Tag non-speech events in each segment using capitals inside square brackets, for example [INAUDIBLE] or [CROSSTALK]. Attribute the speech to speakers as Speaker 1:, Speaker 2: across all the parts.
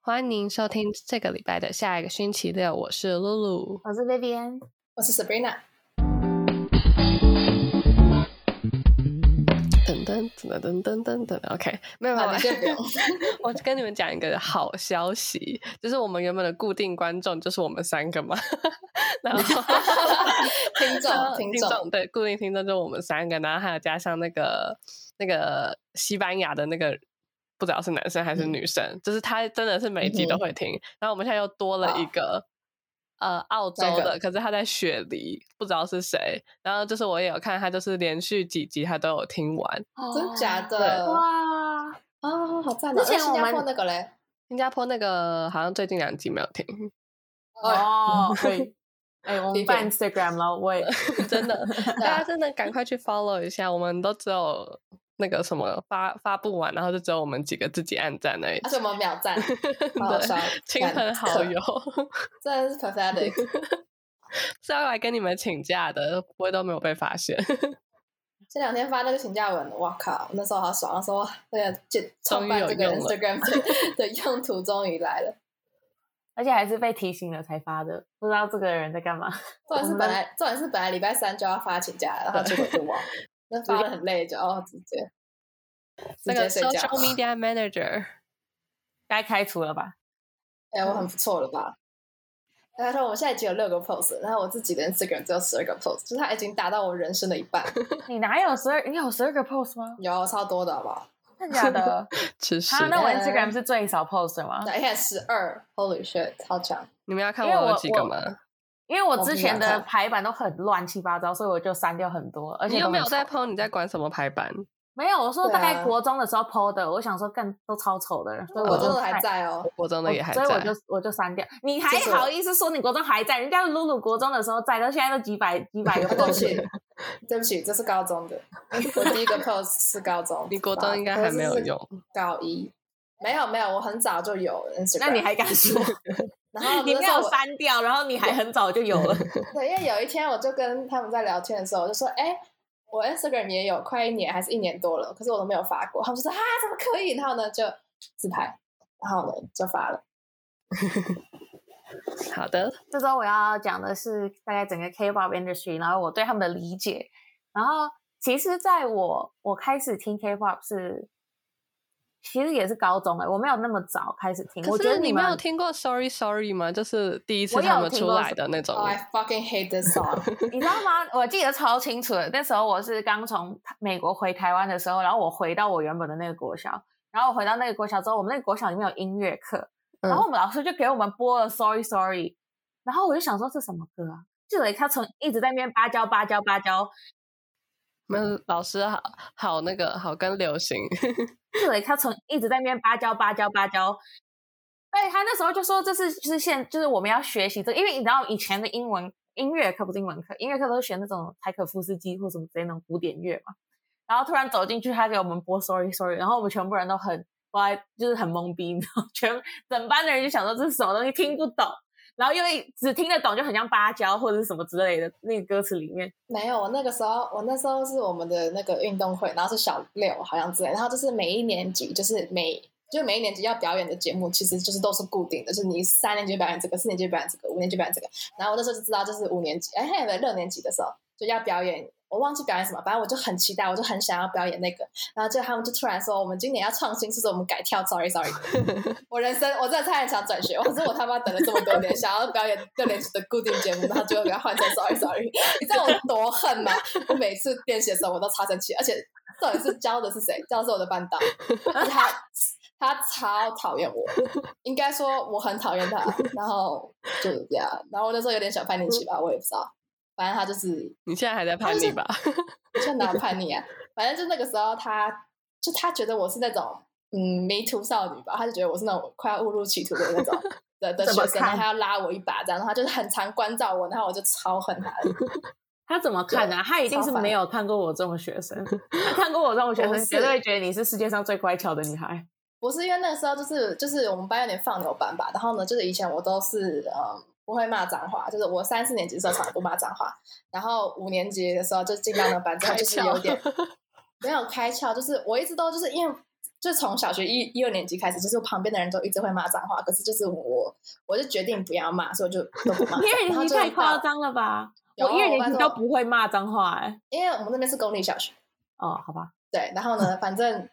Speaker 1: 欢迎收听这个礼拜的下一个星期六，我是露露。
Speaker 2: 我是 Vivian，
Speaker 3: 我是 Sabrina，
Speaker 1: 噔噔噔噔噔噔噔，OK，没有没有
Speaker 3: 啊，你，先不用。
Speaker 1: 我跟你们讲一个好消息，就是我们原本的固定观众就是我们三个嘛， [LAUGHS] 然后
Speaker 3: 听众
Speaker 1: 然后
Speaker 3: 听
Speaker 1: 听
Speaker 3: 众
Speaker 1: 对固定听众就是我们三个，然后还有加上那个那个西班牙的那个。不知道是男生还是
Speaker 3: 嗯
Speaker 1: 女生，就是他真的是每集都会听。然后我们现在又多了一个、呃澳洲
Speaker 3: 哪一个
Speaker 1: 的，可是他在雪梨，不知道是谁。然后就是我也有看，他就是连续几集他都有听完。
Speaker 3: 真假
Speaker 1: 对
Speaker 3: 的？
Speaker 2: 哇，
Speaker 3: 哦，好赞哦！
Speaker 2: 之前
Speaker 3: 那新
Speaker 2: 我
Speaker 3: 加
Speaker 2: 们
Speaker 3: 坡那个嘞，
Speaker 1: 新加坡那个好像最近两集没有听，
Speaker 2: 哦，对，哎，我
Speaker 3: 对
Speaker 2: 们办 Instagram 了，我也
Speaker 1: 真的，
Speaker 3: [LAUGHS] 对
Speaker 1: 大家
Speaker 3: 啊
Speaker 1: 真的赶快去 follow 一下，我们都只有那个什么发发布完，然后就只有我们几个自己按赞而已
Speaker 3: 啊而。且我们秒赞，好好笑
Speaker 1: [LAUGHS] 对，，亲
Speaker 3: 感
Speaker 1: 朋好
Speaker 2: [LAUGHS]
Speaker 3: 特
Speaker 1: 友
Speaker 3: 真的
Speaker 1: [LAUGHS]
Speaker 3: 是 pathetic。
Speaker 1: 是要来跟你们请假的，不会都没有被发现。 [LAUGHS]
Speaker 3: 这两天发那个请假文，哇靠！那时候好爽，那时候那个这
Speaker 1: 终于
Speaker 3: 创办
Speaker 1: 有
Speaker 3: 这个
Speaker 1: 用了
Speaker 3: Instagram
Speaker 1: [LAUGHS]
Speaker 3: 的的用途终于来了。
Speaker 2: 而且还是被提醒了才发的，不知道这个人在干嘛。
Speaker 3: 重点是
Speaker 2: 我们
Speaker 3: 本
Speaker 1: 嗯
Speaker 3: 来重点是本来礼拜三就要发请假了，然后结果就忘了，那发了很累，就哦直接
Speaker 1: 那
Speaker 3: 直
Speaker 1: 个
Speaker 3: 接睡觉
Speaker 1: social。media manager，
Speaker 2: 该开除了吧？
Speaker 3: 哎、我很不错了吧？他说我现在只有六个 post，然后我自己的 Instagram 只有十二个 post，就是他已经达到我人生的一半，
Speaker 2: 你哪有十二？你有十二个 post 吗？
Speaker 3: 有啊超多的好不好？
Speaker 2: 真假
Speaker 3: [LAUGHS]
Speaker 2: 的？
Speaker 1: [LAUGHS] 吃屎
Speaker 2: 啊，！那我
Speaker 3: 我
Speaker 2: Instagram 是最少 post 的吗？
Speaker 3: 那一看十二，Holy shit，超强！
Speaker 1: 你们要看
Speaker 2: 因为
Speaker 1: 我有
Speaker 2: 我
Speaker 1: 几个
Speaker 2: 我
Speaker 1: 吗？
Speaker 2: 因为我之前
Speaker 3: 我不
Speaker 2: 的
Speaker 3: 想看
Speaker 2: 排版都很乱七八糟，所以我就删掉很多，而
Speaker 1: 你
Speaker 2: 且
Speaker 1: 又
Speaker 2: 都
Speaker 1: 没
Speaker 2: 很
Speaker 1: 有在
Speaker 2: 丑
Speaker 1: PO，你在管什么排版？
Speaker 2: 没有，我说
Speaker 3: 对
Speaker 2: 大
Speaker 3: 啊
Speaker 2: 概国中的时候 PO 的，我想说更都超丑的，所以
Speaker 3: 我
Speaker 2: 就
Speaker 3: 真的还
Speaker 2: 删
Speaker 3: 在哦，
Speaker 1: 我真的也还在
Speaker 2: 所以。我就我就删掉。你还
Speaker 3: 就是我
Speaker 2: 好意思说你国中还在？人家露露国中的时候在，到现在都几百几百个
Speaker 3: 啊对不
Speaker 2: post
Speaker 3: 起，对不起，这是高中的，我第一个 post 是高中，
Speaker 1: [LAUGHS] 你国中应该还没有，用，
Speaker 3: 高一没有没有，我很早就有 Instagram，
Speaker 2: 那你还敢说？
Speaker 3: 然后
Speaker 2: 你
Speaker 3: [LAUGHS] 那
Speaker 2: 没
Speaker 3: 时候
Speaker 2: 有
Speaker 3: 我
Speaker 2: 删掉，然后你还很早就有了。
Speaker 3: 对，因为有一天我就跟他们在聊天的时候，我就说：“哎、我 Instagram 也有快一年还是一年多了，可是我都没有发过。”他们就说：“啊，怎么可以？”然后呢就自拍，然后呢就发了。
Speaker 1: 好的，
Speaker 2: 这周我要讲的是大概整个 K-pop industry，然后我对他们的理解。然后其实，在我我开始听 K-pop 是，其实也是高中哎、我没有那么早开始听。
Speaker 1: 可
Speaker 2: 我觉得
Speaker 1: 是你没
Speaker 2: 们
Speaker 1: 有听过 Sorry Sorry 吗？就是第一次
Speaker 2: 我
Speaker 1: 他
Speaker 2: 有
Speaker 1: 们
Speaker 2: 听
Speaker 1: 出
Speaker 2: 过
Speaker 1: 来的那种
Speaker 3: Oh, I fucking hate this song 。
Speaker 2: 你知道吗？我记得超清楚的，那时候我是刚从美国回台湾的时候，然后我回到我原本的那个国小，然后我回到那个国小之后，我们那个国小里面有音乐课，
Speaker 1: 嗯
Speaker 2: 然后我们老师就给我们播了《Sorry Sorry》，然后我就想说这什么歌啊？就得他从一直在那边芭蕉芭蕉芭蕉，
Speaker 1: 没有老师好好那个好跟流行， [LAUGHS]
Speaker 2: 就得他从一直在那边芭蕉芭蕉芭蕉。对他那时候就说这是就是现就是我们要学习这个，因为你知道以前的英文音乐课不是英文课，音乐课都是学那种柴可夫斯基或什么之类那种古典乐嘛。然后突然走进去，他给我们播 Sorry Sorry，然后我们全部人都很哇，就是很懵逼，你知道， [LAUGHS] 全整班的人就想说这是什么东西，听不懂。然后因为只听得懂，就很像芭蕉或者是什么之类的那个歌词里面，
Speaker 3: 没有，我那个时候，我那时候是我们的那个运动会，然后是小六好像之类，然后就是每一年级，就是每就每一年级要表演的节目，其实就是都是固定的，就是你三年级表演这个，四年级表演这个，五年级表演这个，然后我那时候就知道，就是五年级，哎，还有六年级的时候就要表演，我忘记表演什么，反正我就很期待，我就很想要表演那个，然后就他们就突然说，我们今年要创新，是说我们改跳，sorry sorry，我人生我真的差点想转学，我说我他妈等了这么多年，想要表演六年级的固定节目，然后结果给他换成 sorry sorry，你 [LAUGHS] 知道我多恨吗？我每次练习的时候我都超生气，而且到底是教的是谁？教的是我的班导，而且他他超讨厌我，应该说我很讨厌他，然后就这样，然后我那时候有点小叛逆期
Speaker 2: 嗯
Speaker 3: 吧，我也不知道，反正他就是
Speaker 1: 你现在还在叛逆
Speaker 2: [LAUGHS]
Speaker 1: 吧？
Speaker 3: 就哪有叛逆啊，反正就那个时候他，就他觉得我是那种嗯迷途少女吧，他就觉得我是那种快要误入歧途的那种的的
Speaker 2: 怎么
Speaker 3: 学生，然后
Speaker 2: 看
Speaker 3: 他要拉我一把，这样，然后他就是很常关照我，然后我就超恨他的。
Speaker 2: 他怎么看啊？他一定
Speaker 3: 超
Speaker 2: 是
Speaker 3: 烦
Speaker 2: 没有看过我这种学
Speaker 3: [LAUGHS]
Speaker 2: 生，他看过我这种学
Speaker 3: 不
Speaker 2: 生，
Speaker 3: 是
Speaker 2: 绝对会觉得你是世界上最乖巧的女孩。
Speaker 3: 不是因为那个时候就是就是我们班有点放牛班吧，然后呢，就是以前我都是嗯不会骂脏话，就是我三四年级的时候从来不骂脏话，然后五年级的时候就进到那个班之后
Speaker 1: 开
Speaker 2: [LAUGHS]
Speaker 3: 就是
Speaker 1: 窍
Speaker 3: 有点没有开窍，就是我一直都就是因为就从小学一一二年级开始，就是旁边的人都一直会骂脏话，可是就是我，我就决定不要骂，所以我就都不
Speaker 2: [LAUGHS]
Speaker 3: 骂脏话。
Speaker 2: 一
Speaker 3: 然
Speaker 2: 二
Speaker 3: 后
Speaker 2: 年级
Speaker 3: 就
Speaker 2: 太
Speaker 3: 到
Speaker 2: 夸，张了吧？
Speaker 3: 有哦
Speaker 2: 我一二年
Speaker 3: 拜
Speaker 2: 级
Speaker 3: 托
Speaker 2: 都不会骂脏话哎、
Speaker 3: 因为我们那边是公立小学，
Speaker 2: 哦，好吧，
Speaker 3: 对，然后呢，反正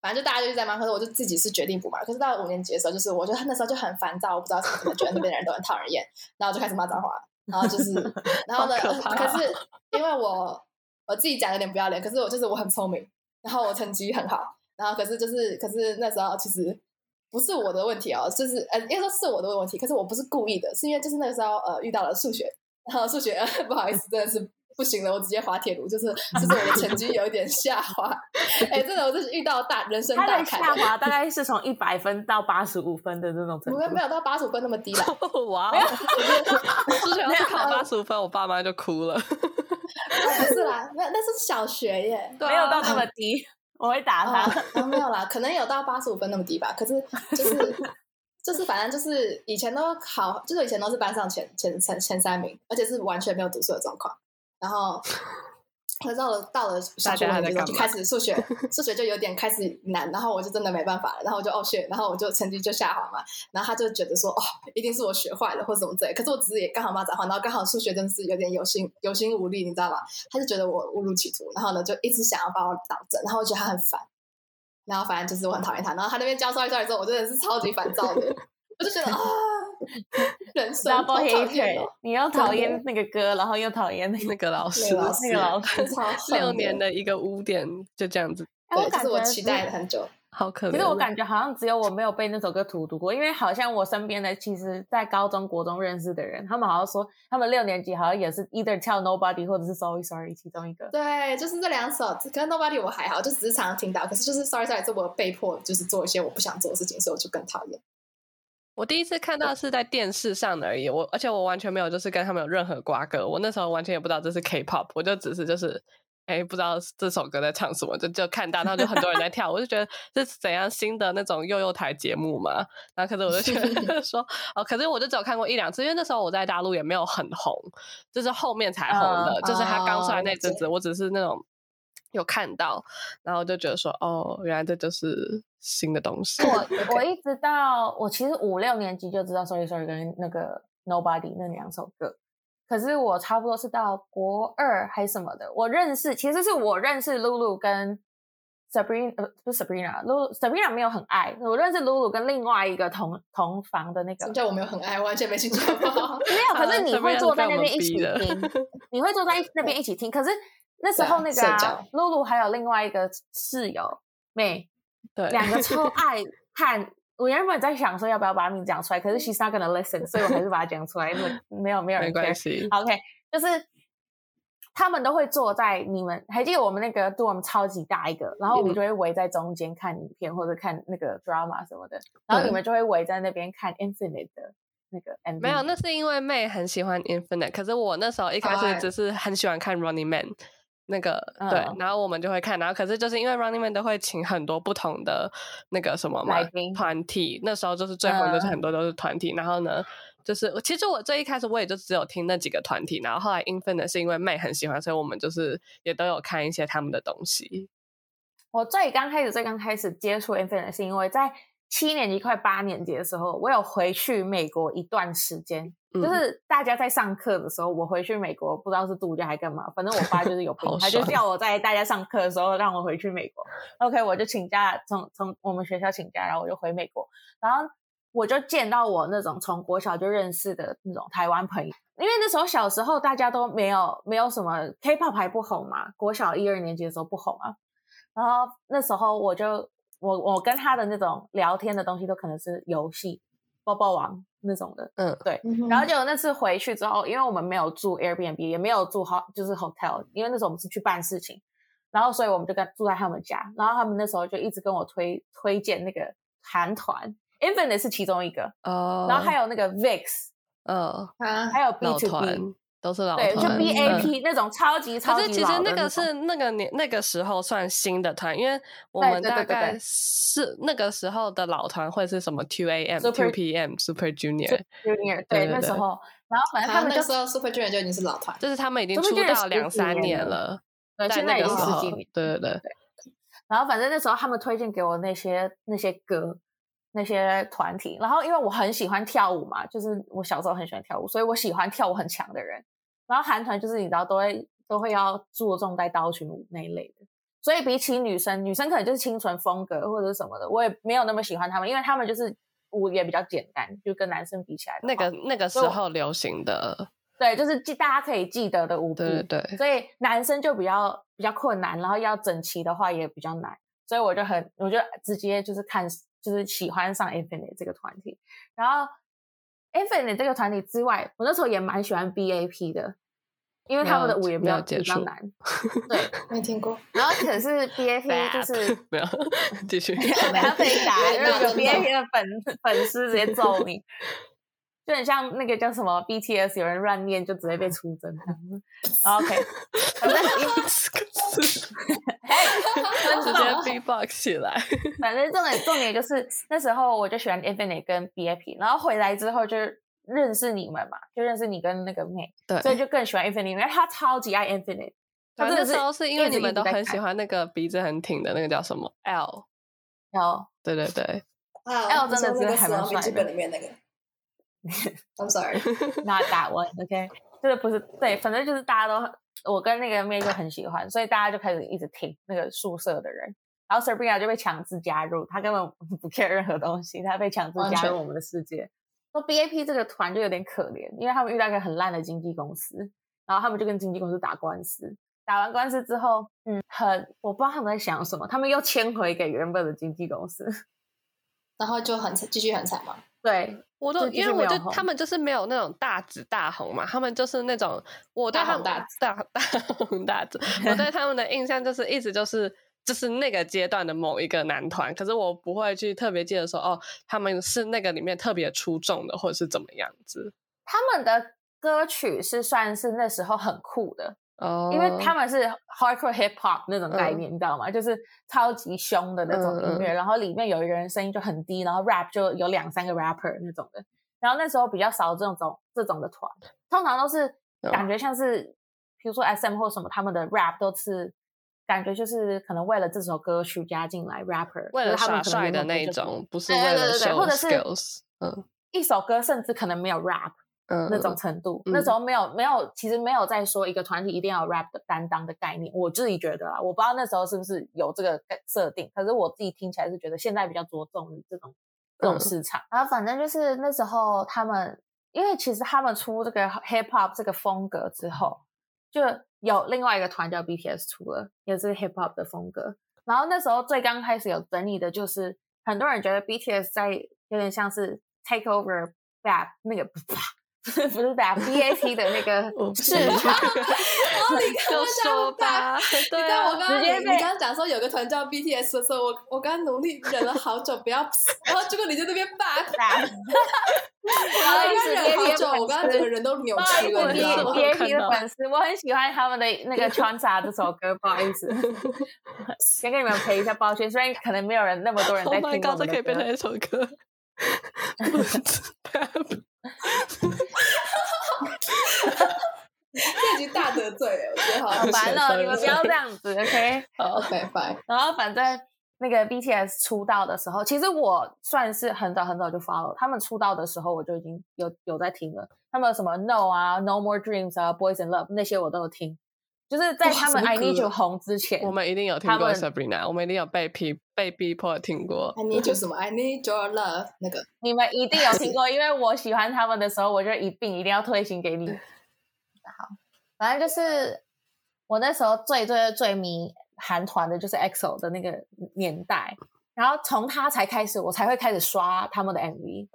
Speaker 3: 反正就大家就是在骂，可是我就自己是决定不骂。可是到五年级的时候，就是我就那时候就很烦躁，我不知道怎么觉得那边的人都很讨人厌，然后就开始骂脏话了，然后就是，然后呢，
Speaker 1: 好可怕
Speaker 3: 可是因为我我自己讲有点不要脸，可是我就是我很聪明，然后我成绩很好，然后可是就是可是那时候其实。不是我的问题哦，就是呃，应该说是我的问题，可是我不是故意的，是因为就是那个时候呃遇到了数学，然后数学、呃、不好意思真的是不行了，我直接滑铁卢，就是就是我的成绩有一点下滑，哎、真的我就是遇到大人生
Speaker 2: 它
Speaker 3: 大
Speaker 2: 的
Speaker 3: 坎，
Speaker 2: 下
Speaker 3: [LAUGHS]
Speaker 2: 滑大概是从一百分到八十五分的那种程
Speaker 3: 没
Speaker 2: 度。
Speaker 3: 有没有到八十五分那么低啦， [LAUGHS]
Speaker 2: [LAUGHS]
Speaker 3: 啊
Speaker 1: 哇哦！之前要是考八十五分，我爸妈就哭了。
Speaker 3: 不是啦，那那是小学耶。
Speaker 1: 对啊
Speaker 2: 没有到那么低，我会打
Speaker 3: 啊
Speaker 2: 他。，
Speaker 3: 啊没有啦，可能有到八十五分那么低吧。可是就是就是，反正就是以前都考，就是以前都是班上前前前前三名，而且是完全没有读书的状况。
Speaker 1: [LAUGHS]
Speaker 3: 然后，可是到了到了小学
Speaker 1: 大家还在
Speaker 3: 的时
Speaker 1: 干嘛
Speaker 3: 候，就开始数学数学就有点开始难，然后我就真的没办法了，然后我就哦学，然后我就成绩就下滑嘛。然后他就觉得说哦，一定是我学坏了或者怎么之类的。可是我只是也刚好骂脏话，然后刚好数学真的是有点有心有心无力，你知道吗？他就觉得我误入歧途，然后呢就一直想要把我导正，然后我觉得他很烦，然后反正就是我很讨厌他，然后他那边教摔一摔之后，我真的是超级烦躁的，我就觉得啊，人生好
Speaker 2: Double
Speaker 3: 讨
Speaker 2: hater，
Speaker 3: 厌哦，
Speaker 2: 你又讨厌那个歌，然后又讨厌那个。
Speaker 1: [LAUGHS] 那个老
Speaker 3: 那
Speaker 1: 师
Speaker 3: 个，老
Speaker 2: 啊那个老
Speaker 3: 师啊
Speaker 2: [LAUGHS]
Speaker 3: 超恨
Speaker 1: 六年
Speaker 3: 的，
Speaker 1: 的一个污点就这样子，
Speaker 2: 哎
Speaker 3: 对，这是我
Speaker 2: 只
Speaker 3: 期待了很久，
Speaker 1: 好可怜。哦
Speaker 2: 其实我感觉好像只有我没有被那首歌荼毒过，因为好像我身边的其实，在高中国中认识的人，他们好像说他们六年级好像也是 either 跳 Nobody 或者是 Sorry Sorry 其中一个。
Speaker 3: 对，就是这两首，可能 Nobody 我还好，就只是常常听到，可是就是 Sorry Sorry 是我被迫就是做一些我不想做的事情，所以我就更讨厌。
Speaker 1: 我第一次看到是在电视上的而已，我而且我完全没有就是跟他们有任何瓜葛，我那时候完全也不知道这是 K-pop，我就只是就是。哎，不知道这首歌在唱什么，就就看到，然后就很多人在跳，我就觉得这是怎样新的那种幼幼台节目嘛。然后可是我就觉得说，哦，可是我就只有看过一两次，因为那时候我在大陆也没有很红，就是后面才红的，
Speaker 2: 嗯
Speaker 1: 就是他刚出来
Speaker 3: 哦
Speaker 1: 那
Speaker 3: 了
Speaker 1: 阵
Speaker 3: 解
Speaker 1: 子，我只是那种有看到，然后就觉得说，哦，原来这就是新的东西。
Speaker 2: 我我一直到我其实五六年级就知道 Sorry Sorry 跟那个 Nobody 那两首歌，可是我差不多是到国二还是什么的，我认识其实是我认识露露跟 Sabrina 呃不是 Sabrina，露 Sabrina 没有很爱，我认识露露跟另外一个同同房的那
Speaker 3: 什
Speaker 2: 个
Speaker 3: 么。叫我没有很爱，完全没
Speaker 2: [LAUGHS]
Speaker 3: 兴趣好不好？
Speaker 2: 没有，
Speaker 1: 呃
Speaker 2: 可是你会坐在那边一起
Speaker 1: Sabrina [LAUGHS] 是被我
Speaker 2: 听
Speaker 1: 们逼，
Speaker 2: 你会坐在一那边一起听。可是那时候那个
Speaker 3: 对啊社
Speaker 2: 啊
Speaker 3: 交，
Speaker 2: 露露还有另外一个室友妹，
Speaker 1: [LAUGHS] 对，
Speaker 2: 两个超爱看。我原本在想说要不要把名字讲出来，可是 she's not gonna listen，所以我还是把它讲出来。因为没有没有
Speaker 1: 没
Speaker 2: 人
Speaker 1: 关
Speaker 2: care。
Speaker 1: 系。
Speaker 2: OK，就是他们都会坐在你们还记得我们那个 dorm 超级大一个，然后我们
Speaker 1: 嗯
Speaker 2: 就会围在中间看影片或者看那个 drama 什么的，然后你们就会围在那边看 infinite 的那个
Speaker 1: 嗯
Speaker 2: MV。
Speaker 1: 没有，那是因为妹很喜欢 Infinite，可是我那时候一开
Speaker 3: 哎
Speaker 1: 始只是很喜欢看 Running Man 那个，
Speaker 2: 哦嗯
Speaker 1: 对，然后我们就会看，然后可是就是因为 Running Man 都会请很多不同的那个什么嘛
Speaker 2: 来宾嗯
Speaker 1: 团体，那时候就是最红就是很多都是团体，然后呢。就是，其实我最一开始我也就只有听那几个团体，然后后来 Infinite 是因为妹很喜欢，所以我们就是也都有看一些他们的东西。
Speaker 2: 我最刚开始最刚开始接触 Infinite 是因为在七年级快八年级的时候，我有回去美国一段时间，
Speaker 1: 嗯
Speaker 2: 就是大家在上课的时候，我回去美国不知道是度假还干嘛，反正我爸就是有
Speaker 1: [LAUGHS]
Speaker 2: 病
Speaker 1: 好，
Speaker 2: 他就
Speaker 1: 爽
Speaker 2: 叫我在大家上课的时候让我回去美国。OK，我就请假，从从我们学校请假，然后我就回美国，然后我就见到我那种从国小就认识的那种台湾朋友，因为那时候小时候大家都没有没有什么 K-pop 还不红嘛，国小一二年级的时候不红啊，然后那时候我就我我跟他的那种聊天的东西都可能是游戏、抱抱王那种的，
Speaker 1: 嗯，
Speaker 2: 然后结果那次回去之后，因为我们没有住 Airbnb，也没有住 ho 就是 hotel，因为那时候我们是去办事情，然后所以我们就跟住在他们家，然后他们那时候就一直跟我推推荐那个韩团，Infinite 是其中一个，
Speaker 1: 哦，
Speaker 2: 然后还
Speaker 1: 有，
Speaker 2: 有那个 VIX，
Speaker 1: 呃，
Speaker 3: 啊，
Speaker 2: 还有 B
Speaker 1: 老
Speaker 2: to B，
Speaker 1: 团都是老团，
Speaker 2: 对，就
Speaker 3: 团
Speaker 1: 嗯
Speaker 2: B A P 那种超级超
Speaker 1: 可是
Speaker 2: 级
Speaker 1: 其
Speaker 2: 老
Speaker 1: 实
Speaker 2: 的
Speaker 1: 那个
Speaker 2: 种
Speaker 1: 是那个年那个时候算新的团，因为我
Speaker 2: 对
Speaker 1: 们
Speaker 2: 对
Speaker 1: 大
Speaker 2: 对对
Speaker 1: 概
Speaker 2: 对
Speaker 1: 是那个时候的老团会是什么 Two AM、
Speaker 2: Super-
Speaker 1: Two PM、Super Junior，
Speaker 2: Junior，
Speaker 1: 对对
Speaker 2: 对，那时
Speaker 1: 对
Speaker 2: 候，然后反正他
Speaker 3: 他
Speaker 2: 们
Speaker 3: 们那
Speaker 2: 就
Speaker 3: 时候 Super Junior 就已经是老团，
Speaker 1: 就是他们已经
Speaker 2: Super
Speaker 1: 出道
Speaker 2: Junior 十
Speaker 1: 两
Speaker 2: 几
Speaker 1: 三
Speaker 2: 年
Speaker 1: 年
Speaker 2: 了
Speaker 1: 了，
Speaker 2: 对，
Speaker 1: 在
Speaker 2: 现
Speaker 1: 那
Speaker 2: 在已
Speaker 1: 个
Speaker 2: 经
Speaker 1: 时
Speaker 2: 十
Speaker 1: 候
Speaker 2: 几年，，
Speaker 1: 对对对，
Speaker 2: 然后反正那时候他们推荐给我那些那些歌。那些团体，然后因为我很喜欢跳舞嘛，就是我小时候很喜欢跳舞，所以我喜欢跳舞很强的人。然后韩团就是你知道都会都会要注重带刀群舞那一类的，所以比起女生，女生可能就是清纯风格或者什么的，我也没有那么喜欢他们，因为他们就是舞也比较简单，就跟男生比起来的话，
Speaker 1: 那个那个时候流行的，
Speaker 2: 对，就是记大家可以记得的舞步，
Speaker 1: 对对对，
Speaker 2: 所以男生就比较比较困难，然后要整齐的话也比较难，所以我就很我就直接就是看就是喜欢上 Infinite 这个团体，然后 Infinite 这个团体之外，我那时候也蛮喜欢 BAP 的，因为他们的舞也比
Speaker 1: 没有没
Speaker 2: 较
Speaker 1: 有接
Speaker 2: 比较
Speaker 1: 触
Speaker 2: 难，对。
Speaker 3: 没
Speaker 2: [LAUGHS]
Speaker 3: 听过。
Speaker 2: 然后可是 BAP 就是
Speaker 1: 没有继续，
Speaker 2: 等下被打，
Speaker 3: 没有
Speaker 2: 然后有
Speaker 3: 真的
Speaker 2: BAP 的粉粉丝直接揍你，就很像那个叫什么 BTS，有人乱念就直接被出征这样子。OK，反正
Speaker 1: 直 [LAUGHS]
Speaker 2: 真
Speaker 3: [LAUGHS]
Speaker 2: 的
Speaker 1: 接 B-box 起
Speaker 2: [LAUGHS]
Speaker 1: 来，
Speaker 2: 反正重点重点就是那时候我就喜欢 Infinite 跟 BAP，然后回来之后就认识你们嘛，就认识你跟那个妹，
Speaker 1: 对
Speaker 2: 所以就更喜欢 Infinite，因为他超级爱 Infinite。他
Speaker 1: 反正啊那
Speaker 2: 真的是
Speaker 1: 时候是因为你们都很喜
Speaker 2: 欢
Speaker 1: 欢那个鼻子很挺的那个叫什么 L，
Speaker 2: 哦，
Speaker 1: 对对
Speaker 2: [LAUGHS]
Speaker 1: 对，
Speaker 3: 啊，
Speaker 2: L
Speaker 3: 我
Speaker 2: 哎真的
Speaker 3: 说
Speaker 2: 是
Speaker 3: 那个
Speaker 2: 还
Speaker 3: 死
Speaker 2: 蛮
Speaker 3: 亡笔
Speaker 2: 帅
Speaker 3: 记
Speaker 2: 的
Speaker 3: 本里面
Speaker 2: [LAUGHS]
Speaker 3: 那个。I'm sorry，
Speaker 2: 那打 one OK，就是不是对，反正就是大家都很我跟那个妹就很喜欢，所以大家就开始一直听那个宿舍的人。然后 Sabrina 就被强制加入，她根本不 [LAUGHS] care 任何东西，她被强制
Speaker 3: 完
Speaker 2: 加
Speaker 3: 全
Speaker 2: 入我们的世界。说 BAP 这个团就有点可怜，因为他们遇到一个很烂的经纪公司，然后他们就跟经纪公司打官司。打完官司之后，嗯，很我不知道他们在想什么，他们又迁回给原本的经纪公司。 [LAUGHS]
Speaker 3: 然后就很继续很惨嘛。
Speaker 2: 对，
Speaker 1: 我
Speaker 2: 就
Speaker 1: 都
Speaker 2: 就是
Speaker 1: 因为我
Speaker 2: 没有
Speaker 1: 对
Speaker 2: 红
Speaker 1: 他们就是没有那种大紫大红嘛，他们就是那种我对
Speaker 3: 大
Speaker 1: 他们
Speaker 3: 红大
Speaker 1: 大大红大
Speaker 2: [LAUGHS]
Speaker 1: 紫，我对他们的印象就是一直就是就是那个阶段的某一个男团，可是我不会去特别记得说哦，他们是那个里面特别出众的，或者是怎么样子
Speaker 2: 他们的歌曲是算是那时候很酷的，
Speaker 1: 哦，嗯
Speaker 2: 因为他们是 hardcore hip hop 那种概念，你知道吗？就是超级凶的那种音乐，然后里面有一个人声音就很低，然后 rap 就有两三个 rapper 那种的。然后那时候比较少这种这种的团，通常都是
Speaker 1: 嗯
Speaker 2: 感觉像是，比如说 SM 或什么，他们的 rap 都是感觉就是可能为了这首歌曲加进来 rapper，
Speaker 1: 为
Speaker 2: 就
Speaker 1: 了
Speaker 2: 是他
Speaker 1: 耍
Speaker 2: 们可能
Speaker 1: 帅
Speaker 2: 原
Speaker 1: 的
Speaker 2: 本
Speaker 1: 那
Speaker 2: 就
Speaker 1: 一种，不是
Speaker 2: 对
Speaker 1: 为
Speaker 2: 对对
Speaker 1: 了
Speaker 2: 对对
Speaker 1: show
Speaker 2: 或者是
Speaker 1: skills，嗯
Speaker 2: 一首歌甚至可能没有 rap，
Speaker 1: 嗯，
Speaker 2: 那种程度。
Speaker 1: 嗯
Speaker 2: 那时候没有没有，其实没有在说一个团体一定要有 rap 的担当的概念。我自己觉得啊，我不知道那时候是不是有这个设定，可是我自己听起来是觉得现在比较着重于这种这种
Speaker 1: 嗯
Speaker 2: 市场。然后反正就是那时候他们，因为其实他们出这个 hip hop 这个风格之后，就有另外一个团叫 BTS 出了，也是 hip hop 的风格。然后那时候最刚开始有争议的就是，很多人觉得 BTS 在有点像是 take over BAP 那个 [LAUGHS] 不是 BAP，BAP 的那个
Speaker 1: [LAUGHS] 我不
Speaker 2: 市
Speaker 1: 知
Speaker 2: 场，
Speaker 3: 哦，你刚
Speaker 1: 就
Speaker 3: 刚
Speaker 1: 说 [LAUGHS] 吧，
Speaker 3: 你
Speaker 1: 对
Speaker 3: 知道
Speaker 1: 啊
Speaker 3: 我刚
Speaker 2: 直
Speaker 3: 刚你
Speaker 2: 接被 [LAUGHS]
Speaker 3: 你 [LAUGHS] 刚刚讲说有个团叫 BTS 的时候，我我刚刚努力忍了好久，不要， [LAUGHS] 然后结果你在那边霸，我
Speaker 2: 然
Speaker 3: 刚
Speaker 2: 后
Speaker 3: 刚
Speaker 2: 直接
Speaker 3: 忍好
Speaker 2: 变
Speaker 3: 久，我刚刚整个人都扭
Speaker 2: 不好意
Speaker 3: 曲
Speaker 2: 思
Speaker 3: 了，你知道吗？
Speaker 1: 我有
Speaker 2: ，B
Speaker 1: 看
Speaker 2: B A 的
Speaker 1: 到
Speaker 2: 粉丝，我很喜欢他们的那个《穿插》这首歌，不好
Speaker 1: [LAUGHS]
Speaker 2: 意思，先跟你们赔一下抱歉。虽然可能没有人那么多人
Speaker 1: [LAUGHS]
Speaker 2: 在
Speaker 1: ，Oh
Speaker 2: 听我
Speaker 1: my
Speaker 2: 们的
Speaker 1: god，这可以变成
Speaker 2: 歌，
Speaker 1: 一首歌。 [LAUGHS] 不知道
Speaker 3: 这集大得罪了，我觉得好
Speaker 2: 好
Speaker 3: 像
Speaker 2: 烦哦，你们不要这样子，OK。
Speaker 3: [LAUGHS]
Speaker 1: [LAUGHS] 好
Speaker 3: OK fine，
Speaker 2: 然后反正那个 BTS 出道的时候，其实我算是很早很早就 follow 他们出道的时候，我就已经有有在听了。他们有什么 No 啊、No More Dreams 啊、Boys and Love 那些我都有听，就是在
Speaker 3: 哇
Speaker 2: 他们
Speaker 3: 什么
Speaker 2: I Need
Speaker 3: 歌啊
Speaker 2: You 红之前，
Speaker 1: 我们一定有听
Speaker 2: 他
Speaker 1: 过
Speaker 2: 们哦
Speaker 1: Sabrina，我们一定有被逼被逼迫听过。
Speaker 3: I need you 什么？I need your love 那个，
Speaker 2: 你们一定有听过，因为我喜欢他们的时候，我就一并一定要推行给你。好，反正就是我那时候最最最迷韩团的就是 EXO 的那个年代，然后从他才开始，我才会开始刷他们的 MV，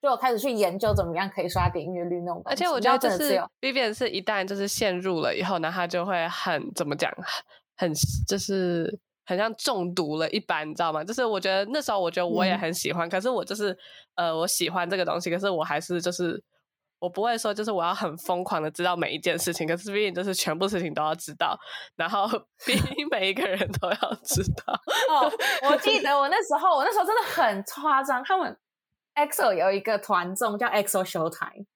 Speaker 2: 就我开始去研究怎么样可以刷点阅率那种东西。
Speaker 1: 而且我
Speaker 2: 你
Speaker 1: 觉得
Speaker 2: 知道
Speaker 1: 就
Speaker 2: 真的
Speaker 1: 是
Speaker 2: 有
Speaker 1: Vivian 是一旦就是陷入了以后，然后他就会很怎么讲，很就是很像中毒了一般，你知道吗？就是我觉得那时候我觉得我也
Speaker 2: 嗯
Speaker 1: 很喜欢，可是我就是呃我喜欢这个东西，可是我还是就是我不会说就是我要很疯狂的知道每一件事情，可是 Vivian 就是全部事情都要知道，然
Speaker 2: [LAUGHS]
Speaker 1: 后 [LAUGHS] 逼每一个人都要知道。
Speaker 2: 哦，我记得我那时候，我那时候真的很夸张。他们 EXO 有一个团综叫 EXO Showtime，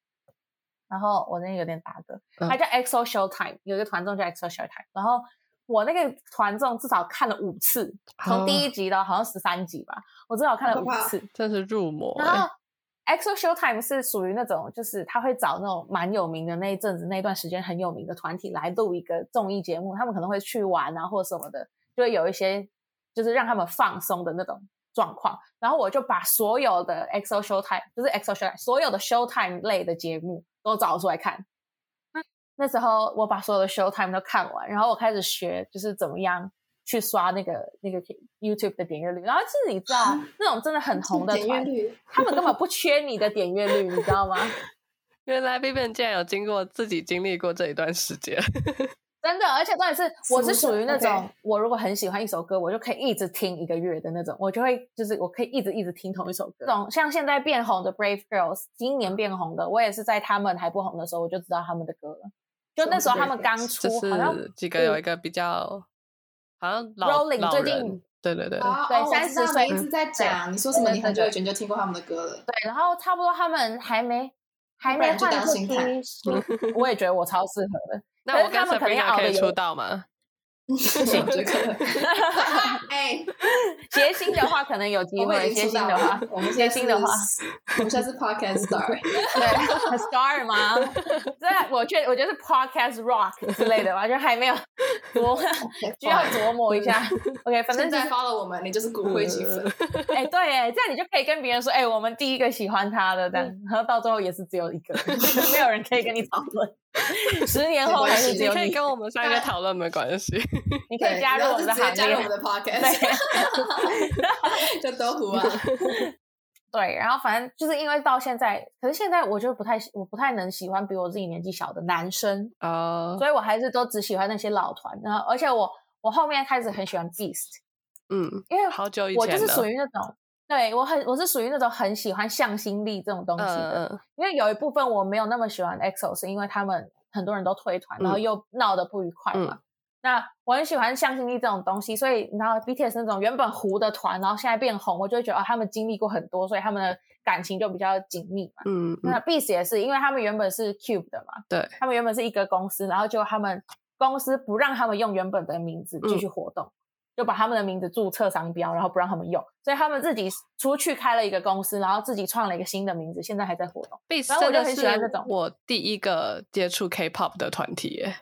Speaker 2: 然后我那个有点打嗝，
Speaker 1: 嗯
Speaker 2: 它叫 EXO Showtime，有一个团综叫 EXO Showtime，然后我那个团众至少看了五次，从第一集到好像十三集吧，我至少看了五次。
Speaker 1: 真是入魔、
Speaker 3: 哎
Speaker 2: 然
Speaker 1: 欸
Speaker 2: 后。EXO Showtime 是属于那种，就是他会找那种蛮有名的那一阵子那段时间很有名的团体来录一个综艺节目，他们可能会去玩啊或者什么的，就会有一些就是让他们放松的那种状况。然后我就把所有的 EXO Showtime，就是 EXO Showtime 所有的 Showtime 类的节目都找出来看。那时候我把所有的 Showtime 都看完，然后我开始学就是怎么样去刷那个那个 YouTube 的点阅率。然后就是你知道那种真的很红的
Speaker 3: 啊点阅
Speaker 2: 团，
Speaker 3: 率，
Speaker 2: 他们根本不缺你的点阅率，你知道吗？ [LAUGHS]
Speaker 1: 原来 B B 竟然有经过自己经历过这一段时间， [LAUGHS]
Speaker 2: 真的，而且重点是，
Speaker 3: 什么
Speaker 2: 我是属于那种
Speaker 3: OK
Speaker 2: 我如果很喜欢一首歌，我就可以一直听一个月的那种，我就会就是我可以一直一直听同一首歌。这种像现在变红的 Brave Girls，今年变红的，我也是在他们还不红的时候，我就知道他们的歌了。就那时候他们刚出
Speaker 1: 就，
Speaker 2: 好像
Speaker 1: 是几个有一个比较好像老
Speaker 2: Rolling
Speaker 1: 老
Speaker 2: 最近
Speaker 1: 人，对对对，
Speaker 3: 啊
Speaker 2: 对
Speaker 3: 哦我知道
Speaker 2: 30
Speaker 3: 每
Speaker 2: 岁
Speaker 3: 一次在讲，你说什么？你很久以前就听过他们的歌了。
Speaker 2: 对，然后差不多他们还没还
Speaker 3: 不
Speaker 2: 没
Speaker 3: 然就
Speaker 2: 换
Speaker 3: 当
Speaker 2: 过
Speaker 3: 星探
Speaker 2: [LAUGHS] 我也觉得我超适合的。
Speaker 1: 那
Speaker 2: 可是
Speaker 1: 我跟
Speaker 2: 他们可能
Speaker 1: Sabrina
Speaker 2: 要熬
Speaker 1: 可
Speaker 2: 得
Speaker 1: 以
Speaker 2: 有
Speaker 1: 出道吗？
Speaker 3: 不行，这个，哎，
Speaker 2: [LAUGHS] [LAUGHS] 谐星的话可能有机
Speaker 3: 我们
Speaker 2: 会，
Speaker 3: 已经
Speaker 2: 谐
Speaker 3: 出
Speaker 2: 星
Speaker 3: 道
Speaker 2: 的话
Speaker 3: 了，，我们
Speaker 2: 谐
Speaker 3: 现在
Speaker 2: 星
Speaker 3: 是
Speaker 2: 的话，
Speaker 3: 我们现在是 podcast star， [LAUGHS]
Speaker 2: 对，star 吗？这我觉得我觉得是 podcast rock 之类的吧，就还没有
Speaker 3: [LAUGHS]
Speaker 2: 琢， [LAUGHS] 需要琢磨一下。OK，反正
Speaker 3: 现
Speaker 2: 就是
Speaker 3: 在 follow 我们，你就是骨嗯灰级粉。
Speaker 2: 哎、对，哎，这样你就可以跟别人说，哎、我们第一个喜欢他的，但
Speaker 3: 嗯
Speaker 2: 然后到最后也是只有一个，没有人 [LAUGHS] 可以跟你讨
Speaker 3: [LAUGHS]
Speaker 2: 论。十年后
Speaker 3: 没
Speaker 2: 还
Speaker 3: 关
Speaker 2: 是
Speaker 3: 系
Speaker 2: 只
Speaker 1: 你
Speaker 2: 有
Speaker 1: 可
Speaker 2: 你
Speaker 1: 以，跟我们三个讨论没关
Speaker 2: [LAUGHS]
Speaker 1: 系，
Speaker 2: 你可
Speaker 3: [LAUGHS] 对，
Speaker 2: 以加入我
Speaker 3: 然后
Speaker 2: 们的
Speaker 3: 就直接
Speaker 2: 行
Speaker 3: 加入我
Speaker 2: 列
Speaker 3: 们。的 podcast，
Speaker 2: 对
Speaker 3: [LAUGHS] 就都糊啊。
Speaker 2: 对，然后反正就是因为到现在，可是现在我就不太，我不太能喜欢比我自己年纪小的男生，
Speaker 1: 哦，
Speaker 2: 所以我还是都只喜欢那些老团。然后，而且我我后面开始很喜欢 Beast，
Speaker 1: 嗯，
Speaker 2: 因为
Speaker 1: 好久以
Speaker 2: 我
Speaker 1: 前
Speaker 2: 就是
Speaker 1: 了
Speaker 2: 属于那种，对我很我是属于那种很喜欢向心力这种东西的。
Speaker 1: 嗯嗯，
Speaker 2: 因为有一部分我没有那么喜欢 EXO，是因为他们很多人都退团，然后
Speaker 1: 嗯
Speaker 2: 又闹得不愉快嘛。
Speaker 1: 嗯
Speaker 2: 那我很喜欢向心力这种东西，所以你知道 BTS 那种原本糊的团，然后现在变红，我就会觉得哦，他们经历过很多，所以他们的感情就比较紧密嘛。
Speaker 1: 嗯，嗯
Speaker 2: 那 Beast 也是，因为他们原本是 Cube 的嘛，
Speaker 1: 对，
Speaker 2: 他们原本是一个公司，然后就他们公司不让他们用原本的名字继
Speaker 1: 嗯
Speaker 2: 续活动，就把他们的名字注册商标，然后不让他们用，所以他们自己出去开了一个公司，然后自己创了一个新的名字，现在还在活动。
Speaker 1: b e
Speaker 2: 然
Speaker 1: s
Speaker 2: 后
Speaker 1: 真
Speaker 2: 我就
Speaker 1: 的
Speaker 2: 很
Speaker 1: 是
Speaker 2: 喜欢这种
Speaker 1: 我第一个接触 K-pop 的团体耶，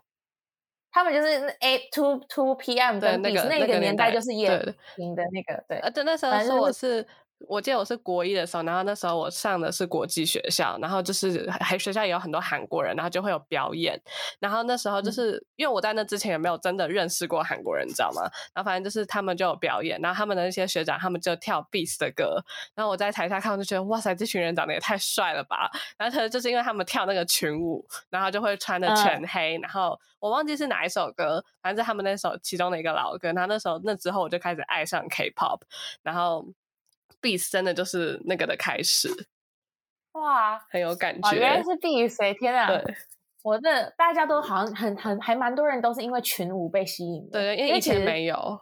Speaker 2: 他们就是 A Two Two PM
Speaker 1: 对
Speaker 2: 跟
Speaker 1: 那
Speaker 2: b e a
Speaker 1: 个
Speaker 2: s
Speaker 1: 那
Speaker 2: 个
Speaker 1: 年
Speaker 2: 年代就是夜
Speaker 1: 对，
Speaker 2: 行的那个，对
Speaker 1: 呃，对，那时候
Speaker 2: 反
Speaker 1: 是
Speaker 2: 正
Speaker 1: 我，
Speaker 2: 就是
Speaker 1: 我记得我是国一的时候，然后那时候我上的是国际学校，然后就是还学校也有很多韩国人，然后就会有表演，然后那时
Speaker 2: 嗯
Speaker 1: 候就是、因为我在那之前也没有真的认识过韩国人，你知道吗？然后反正就是他们就有表演，然后他们的那些学长他们就跳 Beast 的歌，然后我在台下看我就觉得哇塞，这群人长得也太帅了吧！然后可能就是因为他们跳那个群舞，然后就会穿的
Speaker 2: 嗯
Speaker 1: 全黑，然后我忘记是哪一首歌，反正是他们那首其中的一个老歌，然后那时候那之后我就开始爱上 K-pop。然后 Beast 真的就是那个的开始，
Speaker 2: 哇
Speaker 1: 很有感
Speaker 2: 哇，哦原来
Speaker 1: 觉。
Speaker 2: 是地狱谁天啊！
Speaker 1: 对
Speaker 2: 我这大家都好像很很还蛮多人都是因为群舞被吸引的，
Speaker 1: 对，因
Speaker 2: 因
Speaker 1: 为以
Speaker 2: 为其
Speaker 1: 前
Speaker 2: 实
Speaker 1: 没有，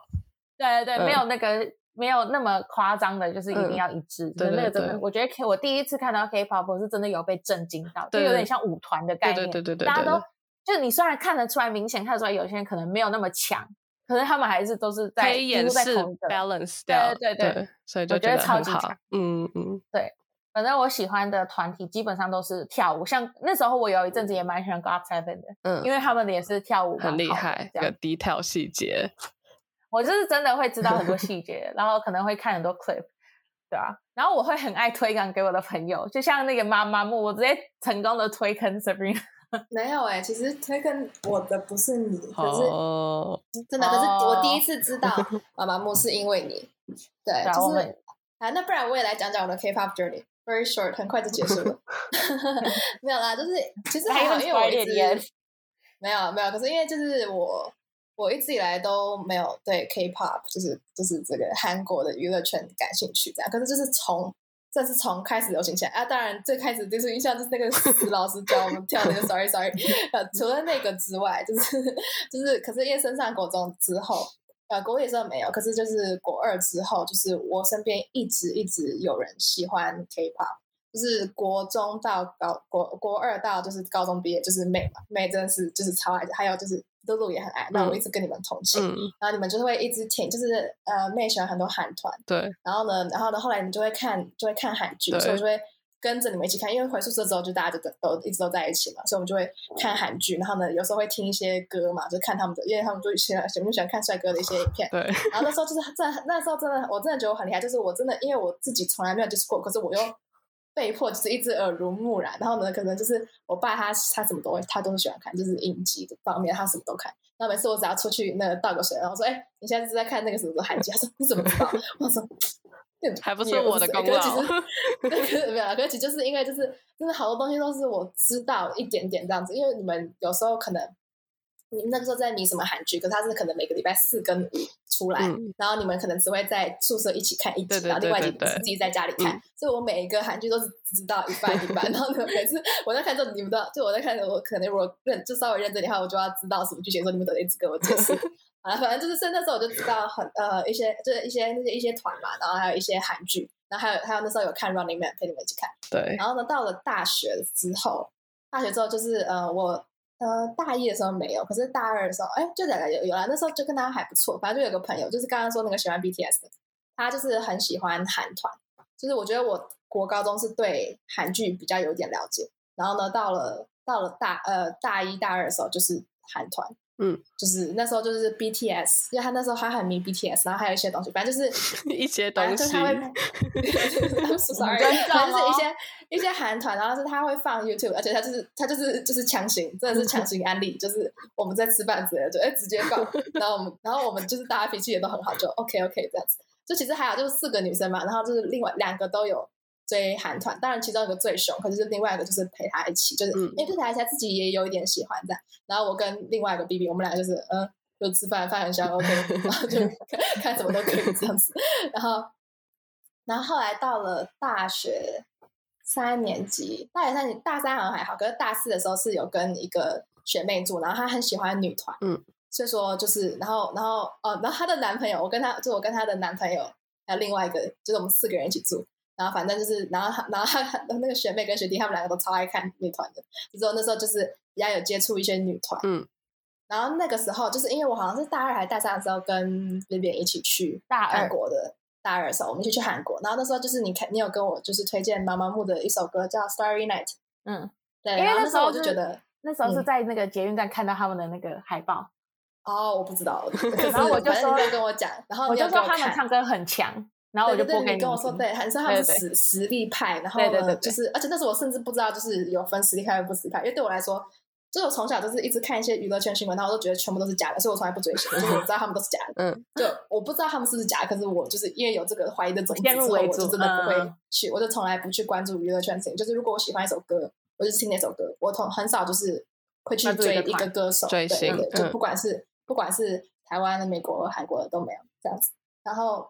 Speaker 2: 对对，
Speaker 1: 嗯
Speaker 2: 对，没有那个没有那么夸张的，就是一定要一致。
Speaker 1: 对对
Speaker 2: 那个真的
Speaker 1: 对，
Speaker 2: 我觉得 K 我第一次看到 K-pop 我是真的有被震惊到，就
Speaker 1: 对对
Speaker 2: 有点像舞团的概
Speaker 1: 对
Speaker 2: 念。
Speaker 1: 对对对对
Speaker 2: 大家
Speaker 1: 对
Speaker 2: 都就是你虽然看得出来，明显看得出来有些人可能没有那么强，可是他们还是都是
Speaker 1: 可
Speaker 2: 在
Speaker 1: 以
Speaker 2: 几乎
Speaker 1: 演
Speaker 2: 在
Speaker 1: 示
Speaker 2: 同一个
Speaker 1: balance
Speaker 2: 对
Speaker 1: 掉，
Speaker 2: 对对
Speaker 1: 对，所以就
Speaker 2: 我觉得
Speaker 1: 得
Speaker 2: 超
Speaker 1: 很
Speaker 2: 级
Speaker 1: 好
Speaker 2: 强。
Speaker 1: 嗯嗯，
Speaker 2: 反正我喜欢的团体基本上都是跳舞，像那时候我有一阵子也蛮喜欢 GOT7 的，
Speaker 1: 嗯
Speaker 2: 因为他们也是跳舞蛮
Speaker 1: 很厉
Speaker 2: 好的
Speaker 1: 害，
Speaker 2: 这
Speaker 1: 这
Speaker 2: 样
Speaker 1: 个 detail 细节。
Speaker 2: [LAUGHS] 我就是真的会知道很
Speaker 3: [LAUGHS]
Speaker 2: 多细节，然后可能会看很多 clip，对啊，然后我会很爱推广给我的朋友，就像那个妈妈木，我直接成功的推坑 Sabrina。
Speaker 3: 没有哎，其实推跟我的不是你，可是
Speaker 1: 哦，
Speaker 3: 真的，可是
Speaker 2: 哦
Speaker 3: 我第一次知道妈妈木是因为你，对，
Speaker 2: 然后
Speaker 3: 就
Speaker 2: 我
Speaker 3: 是
Speaker 2: 们
Speaker 3: 啊，那不然我也来讲讲我的 K-pop journey。Very short，很快就结束 [LAUGHS] 了。没有啦，就是其实还好，因为我
Speaker 2: Haven't
Speaker 3: 一
Speaker 2: started
Speaker 3: 直
Speaker 2: yet
Speaker 3: 没有没有，可是因为就是我我一直以来都没有对 K-pop 就是就是这个韩国的娱乐圈感兴趣这样，可是就是从这是从开始流行起来啊，当然最开始最初印象就是那个死老师教我们跳那个 Sorry Sorry，呃，除了那个之外，就是就是，可是因为升上国中之后，呃，国一的时候没有，可是就是国二之后，就是我身边一直一直有人喜欢 K-pop，就是国中到高国国二到就是高中毕业，就是妹嘛，妹真的是就是超爱的，还有就是露露也很爱，那我一直跟你们同寝，
Speaker 1: 嗯，
Speaker 3: 然后你们就是会一直听，就是呃妹喜欢很多韩团，
Speaker 1: 对，
Speaker 3: 然后呢，然后呢，后来你们就会看就会看韩剧，
Speaker 1: 对
Speaker 3: 所以我就会跟着你们一起看，因为回宿舍之后就大家就都一直都在一起嘛，所以我们就会看韩剧，然后呢有时候会听一些歌嘛，就看他们的，因为他们就喜欢喜欢喜欢看帅哥的一些影片，
Speaker 1: 对，
Speaker 3: 然后那时候就是真的，那时候真的，我真的觉得我很厉害，就是我真的因为我自己从来没有接触过，可是我又被迫就是一直耳濡目染。然后呢，可能就是我爸他他什么都会，他都是喜欢看，就是影集的方面他什么都看。然后每次我只要出去那个倒个水，然后说：“哎、你现在是在看那个什么什么韩剧？”他说：“你怎么知道？”我说。嗯
Speaker 1: 还不是
Speaker 3: 也
Speaker 1: 我的
Speaker 3: 知
Speaker 1: 功
Speaker 3: 可是其
Speaker 1: 劳
Speaker 3: 实 [LAUGHS] 对可是没有啦，可是其实就是因为就是真的好多东西都是我知道一点点这样子，因为你们有时候可能你们那个时候在迷什么韩剧，可是它是可能每个礼拜四跟五出来，
Speaker 1: 嗯
Speaker 3: 然后你们可能只会在宿舍一起看一集，
Speaker 1: 对对
Speaker 3: 然后另外一集
Speaker 1: 对对对
Speaker 3: 是自己在家里看，
Speaker 1: 嗯
Speaker 3: 所以我每一个韩剧都是只知道一半一
Speaker 1: [LAUGHS]
Speaker 3: 半，然后呢，每次我在看之后，你们都就我在看的时候，我可能如果认就稍微认真的话，我就要知道什么剧情，说你们等一直跟我解
Speaker 1: [LAUGHS]
Speaker 3: 释。好了，反正就是所以那时候我就知道很呃一些就是一些那些一些团嘛，然后还有一些韩剧，然后还有还有那时候有看 Running Man 陪你们一起看。
Speaker 1: 对， [LAUGHS]
Speaker 3: 然后呢，到了大学之后，大学之后就是呃，我呃大一的时候没有，可是大二的时候，哎，就两个有有啦，那时候就跟他还不错，反正就有个朋友，就是刚刚说那个喜欢 BTS 的，他就是很喜欢韩团，就是我觉得我国高中是对韩剧比较有点了解，然后呢，到了到了大呃大一大二的时候就是韩团。
Speaker 1: 嗯，
Speaker 3: 就是那时候就是 BTS，因为他那时候他很迷 BTS，然后还有一些东西，反正就是
Speaker 1: 一些
Speaker 3: 反
Speaker 1: 东
Speaker 3: 正
Speaker 1: 西
Speaker 3: 就，他会 [LAUGHS] ，I'm so sorry，
Speaker 2: 很尊重
Speaker 3: 反正就是一
Speaker 2: 哦
Speaker 3: 些一些韩团，然后是他会放 YouTube，而且他就是他就是就是强行，真的是强行安利，就是我们在吃饭之类的，就哎直接
Speaker 1: [LAUGHS]
Speaker 3: 放，然后我们然后我们就是大家脾气也都很好，就 OK OK 这样子。就其实还有就是四个女生嘛，然后就是另外两个都有追韩团，当然其中一个最凶，可是就是另外一个就是陪他一起，就是
Speaker 1: 嗯
Speaker 3: 因为陪他一起，他自己也有一点喜欢这样。然后我跟另外一个 B B，我们俩就是嗯，就吃饭，饭很香，OK，然后就看看什么都可以这样子。然后，然后后来到了大学三年级，大学三年大三好像还好，可是大四的时候是有跟一个学妹住，然后她很喜欢女团，
Speaker 1: 嗯，
Speaker 3: 所以说就是，然后然后哦，然后她的男朋友，我跟她就我跟她的男朋友还有另外一个，就是我们四个人一起住。然后反正就是，然后她然后她那个学妹跟学弟他们两个都超爱看女团的，之后那时候就是比较有接触一些女团，
Speaker 1: 嗯，
Speaker 3: 然后那个时候就是因为我好像是大二还大三的时候跟 Vivian 一起去
Speaker 2: 大
Speaker 3: 韩
Speaker 2: 二
Speaker 3: 国的大二的时候，我们一起去韩国，然后那时候就是你看你有跟我就是推荐妈妈木的一首歌叫《Starry Night》，
Speaker 2: 嗯，
Speaker 3: 对，
Speaker 2: 因为
Speaker 3: 然后
Speaker 2: 那
Speaker 3: 那
Speaker 2: 时候
Speaker 3: 我就
Speaker 2: 就
Speaker 3: 觉
Speaker 2: 是
Speaker 3: 得。
Speaker 2: 那时候是
Speaker 3: 嗯
Speaker 2: 在那个捷运站看到他们的那个海报，
Speaker 3: 哦，我不
Speaker 2: [LAUGHS]
Speaker 3: 知道，
Speaker 2: 然后我就
Speaker 3: 反正你
Speaker 2: 说
Speaker 3: 没有跟我讲，然后
Speaker 2: 我
Speaker 3: 哦你有
Speaker 2: 就
Speaker 3: 给
Speaker 2: 说他们
Speaker 3: 看
Speaker 2: 唱歌很强，然后我就
Speaker 3: 对对
Speaker 2: 播
Speaker 3: 对
Speaker 2: 给
Speaker 3: 你跟我
Speaker 2: 们
Speaker 3: 说，
Speaker 2: 听。
Speaker 3: 对，韩是他们是
Speaker 2: 对对
Speaker 3: 实实力派，然后
Speaker 2: 对对
Speaker 3: 呢
Speaker 2: 对对
Speaker 3: 就是，而且那时候我甚至不知道，就是有分实力派和不实力派，因为对我来说，就是我从小就是一直看一些娱乐圈新闻，然后我都觉得全部都是假的，所以我从来不追星，就是我知道他们都是假的，
Speaker 1: 嗯，
Speaker 3: 就我不知道他们是不是假的，可是我就是因为有这个怀疑的种子之
Speaker 2: 先入
Speaker 3: 后，
Speaker 2: 为
Speaker 3: 我就
Speaker 2: 主
Speaker 3: 真的不会
Speaker 2: 嗯
Speaker 3: 去，我就从来不去关注娱乐圈事情，就是如果我喜欢一首歌，我就听那首歌，我从很少就是会去
Speaker 2: 关注一
Speaker 3: 追
Speaker 2: 个
Speaker 3: 一个
Speaker 2: 团
Speaker 3: 歌手，
Speaker 1: 追
Speaker 3: 对
Speaker 1: 星
Speaker 3: 对对
Speaker 1: 嗯
Speaker 3: 就不管是不管是台湾的、美国、韩国的都没有这样子。然后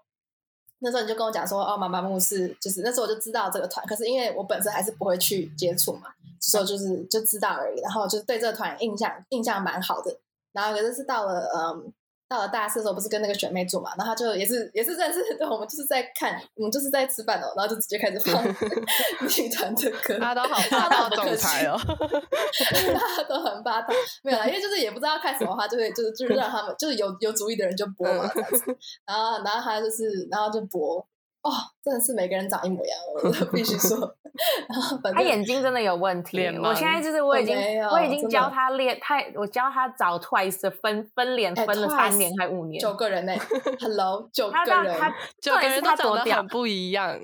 Speaker 3: 那时候你就跟我讲说，哦，妈妈木是就是那时候我就知道这个团，可是因为我本身还是不会去接触嘛，所
Speaker 1: 嗯
Speaker 3: 以就是就知道而已。然后就是对这个团印象印象蛮好的。然后可是是到了嗯到了大四的时候，不是跟那个学妹住嘛，然后她就也是也是认识，对我们就是在看，我们就是在吃饭哦，然后就直接开始放 [LAUGHS] 女团的歌，
Speaker 1: 他都好霸道总裁哦，
Speaker 3: 大家都很霸道， [LAUGHS] 没有啦，因为就是也不知道看什么话，就会就是就是让他们就是有有主意的人就播嘛，这样子。然后然后他就是然后就播，哦，真的是每个人长一模一样，我必须说。 [LAUGHS] 然后反
Speaker 2: 他
Speaker 3: 正
Speaker 2: 眼睛真的有问题
Speaker 1: 脸，盲
Speaker 2: 我现在就是我已经
Speaker 3: 我哦没有
Speaker 2: 我已经
Speaker 3: 真的
Speaker 2: 教他练，他我教他找 Twice 的分分脸
Speaker 3: 哎
Speaker 2: 分了
Speaker 3: Twice
Speaker 2: 三年还五年，
Speaker 3: 九个人呢、h e l l o 九
Speaker 2: 他
Speaker 3: 个
Speaker 2: 让
Speaker 3: 人，
Speaker 2: 他
Speaker 1: 就
Speaker 2: 重
Speaker 1: 个
Speaker 2: 点是
Speaker 1: 人
Speaker 2: 他
Speaker 1: 都长
Speaker 2: 多
Speaker 1: 得
Speaker 2: 屌
Speaker 1: 很，不一样，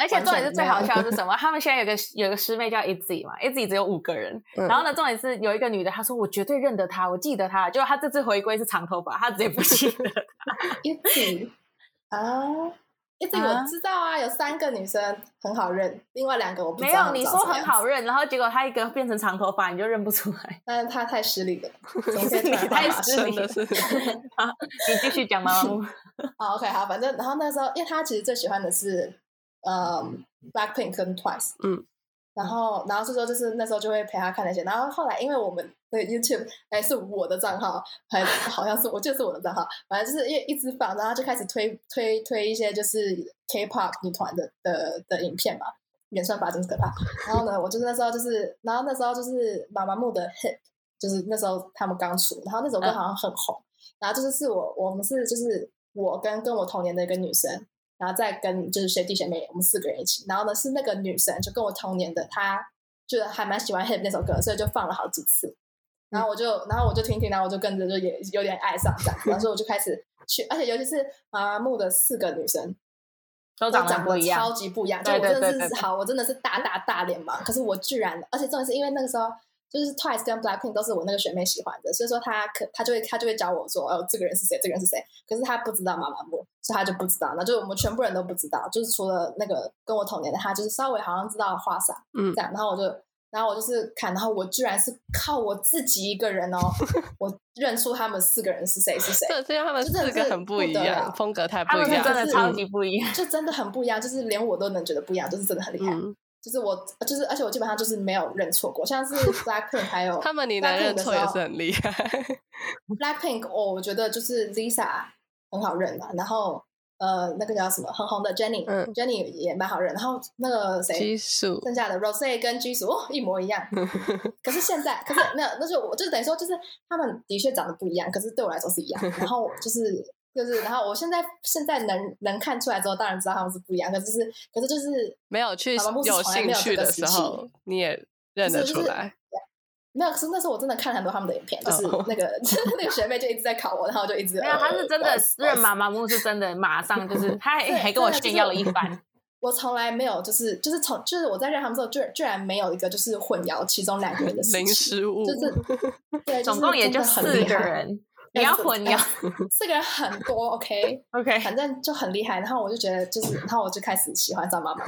Speaker 2: 而且
Speaker 3: 完
Speaker 2: 重
Speaker 3: 全
Speaker 2: 点是最
Speaker 3: 没有
Speaker 2: 好笑的是什么？他们现在有
Speaker 3: [LAUGHS]
Speaker 2: 个有个师妹叫 Izzy 嘛，Izzy 只有五个人，
Speaker 1: 嗯
Speaker 2: 然后呢，重点是有一个女的，她说我绝对认得她，我记得她，结果她这次回归是长头发，她直接不记得。
Speaker 3: 一
Speaker 2: [LAUGHS]
Speaker 3: 起啊。一直我
Speaker 2: 啊
Speaker 3: 知道啊，有三个女生很好认，另外两个 [LAUGHS] 我不
Speaker 2: 没
Speaker 3: 知道
Speaker 2: 有，
Speaker 3: 她们
Speaker 2: 你
Speaker 3: 长
Speaker 2: 说
Speaker 3: 什么
Speaker 2: 很
Speaker 3: 样
Speaker 2: 好
Speaker 3: 子，
Speaker 2: 认，然后结果她一个变成长头发，你就认不出来。
Speaker 3: 但是她太失礼了，
Speaker 1: [LAUGHS]
Speaker 3: 怎么可以突然
Speaker 2: 你
Speaker 3: 把
Speaker 2: 太
Speaker 3: 她
Speaker 2: 失
Speaker 3: 说
Speaker 2: 礼
Speaker 1: 真的是
Speaker 2: 你继续
Speaker 3: [LAUGHS]
Speaker 2: 讲妈妈木，
Speaker 3: 啊，OK，好，反正然后那时候，因为他其实最喜欢的是呃 Blackpink 跟 Twice，
Speaker 1: 嗯，
Speaker 3: 然后然后是说就是那时候就会陪他看那些，然后后来因为我们的 YouTube 还是我的账号，还好像是我就是我的账号，反正就是因为一直放，然后就开始推推推一些就是 K-pop 女团的的的影片嘛，演算法真是可怕。然后呢，我就是那时候就是，然后那时候就是妈妈木的 hip，就是那时候他们刚出，然后那首歌
Speaker 1: 嗯
Speaker 3: 好像很红。然后就是是我我们是就是我跟跟我同年的一个女生，然后再跟就是学弟学妹，我们四个人一起。然后呢是那个女生就跟我同年的，她就还蛮喜欢 hip 那首歌，所以就放了好几次。然后我就，然后我就听听，然后我就跟着就也有点爱上这样，然后所以我就开始去，而且尤其是麻木的四个女生，
Speaker 2: 都
Speaker 3: 都
Speaker 2: 长得
Speaker 3: 长
Speaker 2: 不
Speaker 3: 得
Speaker 2: 一样
Speaker 3: 超。级不一样。就
Speaker 2: 对
Speaker 3: 我
Speaker 2: 对
Speaker 3: 真的
Speaker 2: 对对
Speaker 3: 是
Speaker 2: 对
Speaker 3: 好，我真的是大大大脸盲。可是我居然，而且重点是因为那个时候就是 Twice 跟 Blackpink 都是我那个学妹喜欢的，所以说她可她就会她就会教我说，哦，这个人是谁，这个人是谁。可是她不知道妈妈木，所以她就不知道。那就是我们全部人都不知道，就是除了那个跟我同年的她，就是稍微好像知道花洒
Speaker 1: 嗯
Speaker 3: 这样。然后我就。然后我就是看，然后我居然是靠我自己一个人哦，我认出他们四个人是谁
Speaker 2: [LAUGHS]
Speaker 3: 是谁，
Speaker 1: 这这让他们
Speaker 3: 就真的
Speaker 1: 四个
Speaker 3: 是
Speaker 1: 很不
Speaker 3: 不
Speaker 1: 一
Speaker 3: 得
Speaker 1: 样，
Speaker 3: 了
Speaker 1: 风格太
Speaker 2: 他
Speaker 1: 不
Speaker 2: 们
Speaker 1: 一
Speaker 2: 是
Speaker 1: 样，
Speaker 2: 真的
Speaker 3: 就是
Speaker 2: 超 [LAUGHS] 级不一样，
Speaker 3: 就真的很不一样，就是连我都能觉得不一样，就是真的很厉害。
Speaker 1: 嗯，
Speaker 3: 就是我呃就是，而且我基本上就是没有认错过，
Speaker 1: [LAUGHS]
Speaker 3: 像是 Blackpink 还有
Speaker 1: 他们你能
Speaker 3: Blackpink
Speaker 1: 认
Speaker 3: 的
Speaker 1: 错
Speaker 3: 时
Speaker 1: 也
Speaker 3: 候
Speaker 1: 是很厉害。
Speaker 3: [LAUGHS] Blackpink 哦，我觉得就是 Lisa 很好认啊嘛，然后呃那个叫什么很红的 Jennie，Jennie、
Speaker 1: 嗯
Speaker 3: Jennie 也蛮好认，然后那个谁
Speaker 1: 激素，
Speaker 3: 剩下的 Rose 跟 Jisoo 哦一模一
Speaker 1: [LAUGHS]
Speaker 3: 样，可是现在可是没有，那就我就是等于说就是他们的确长得不一样，可是对我来说是一样，然后就是。就是，然后我现在现在能能看出来之后，当然知道他们是不一样，可是就是可是就是
Speaker 1: 没有去
Speaker 3: 爸爸牧师
Speaker 1: 有
Speaker 3: 从来
Speaker 1: 兴
Speaker 3: 没有
Speaker 1: 趣
Speaker 3: 这个
Speaker 1: 的
Speaker 3: 时
Speaker 1: 时候
Speaker 3: 期，
Speaker 1: 你也认
Speaker 3: 就
Speaker 1: 得
Speaker 3: 是
Speaker 1: 出
Speaker 3: 就是
Speaker 1: 来。
Speaker 3: 没有，可是那时候我真的看很多他们的影片，就是
Speaker 1: 哦
Speaker 3: 那个、 [LAUGHS] 那个学妹就一直在考我，然后我就一直
Speaker 2: 没有，他是真
Speaker 3: [LAUGHS]
Speaker 2: 的认？
Speaker 3: 呃不好意思不好意思
Speaker 2: 妈妈木是真的，马上就是他还
Speaker 3: 对
Speaker 2: 还跟我
Speaker 3: 真的就是
Speaker 2: 炫耀了一番，
Speaker 3: 我从来没有，就是就是从就是我在认他们之后，居然居然没有一个就是混淆其中两个人的事
Speaker 1: 零
Speaker 3: 情，
Speaker 1: 失误，
Speaker 2: [LAUGHS]
Speaker 3: [LAUGHS] 就是对，
Speaker 2: 总共也
Speaker 3: 就
Speaker 2: 就是四
Speaker 3: 真的很厉
Speaker 2: 个
Speaker 3: 害。
Speaker 2: 人，你要混
Speaker 3: [LAUGHS]
Speaker 2: 淆。 [LAUGHS]
Speaker 3: 四个人很多，OK，
Speaker 2: OK，
Speaker 3: 反正就很厉害。然后我就觉得，就是，然后我就开始喜欢张妈
Speaker 2: [LAUGHS]
Speaker 3: 妈。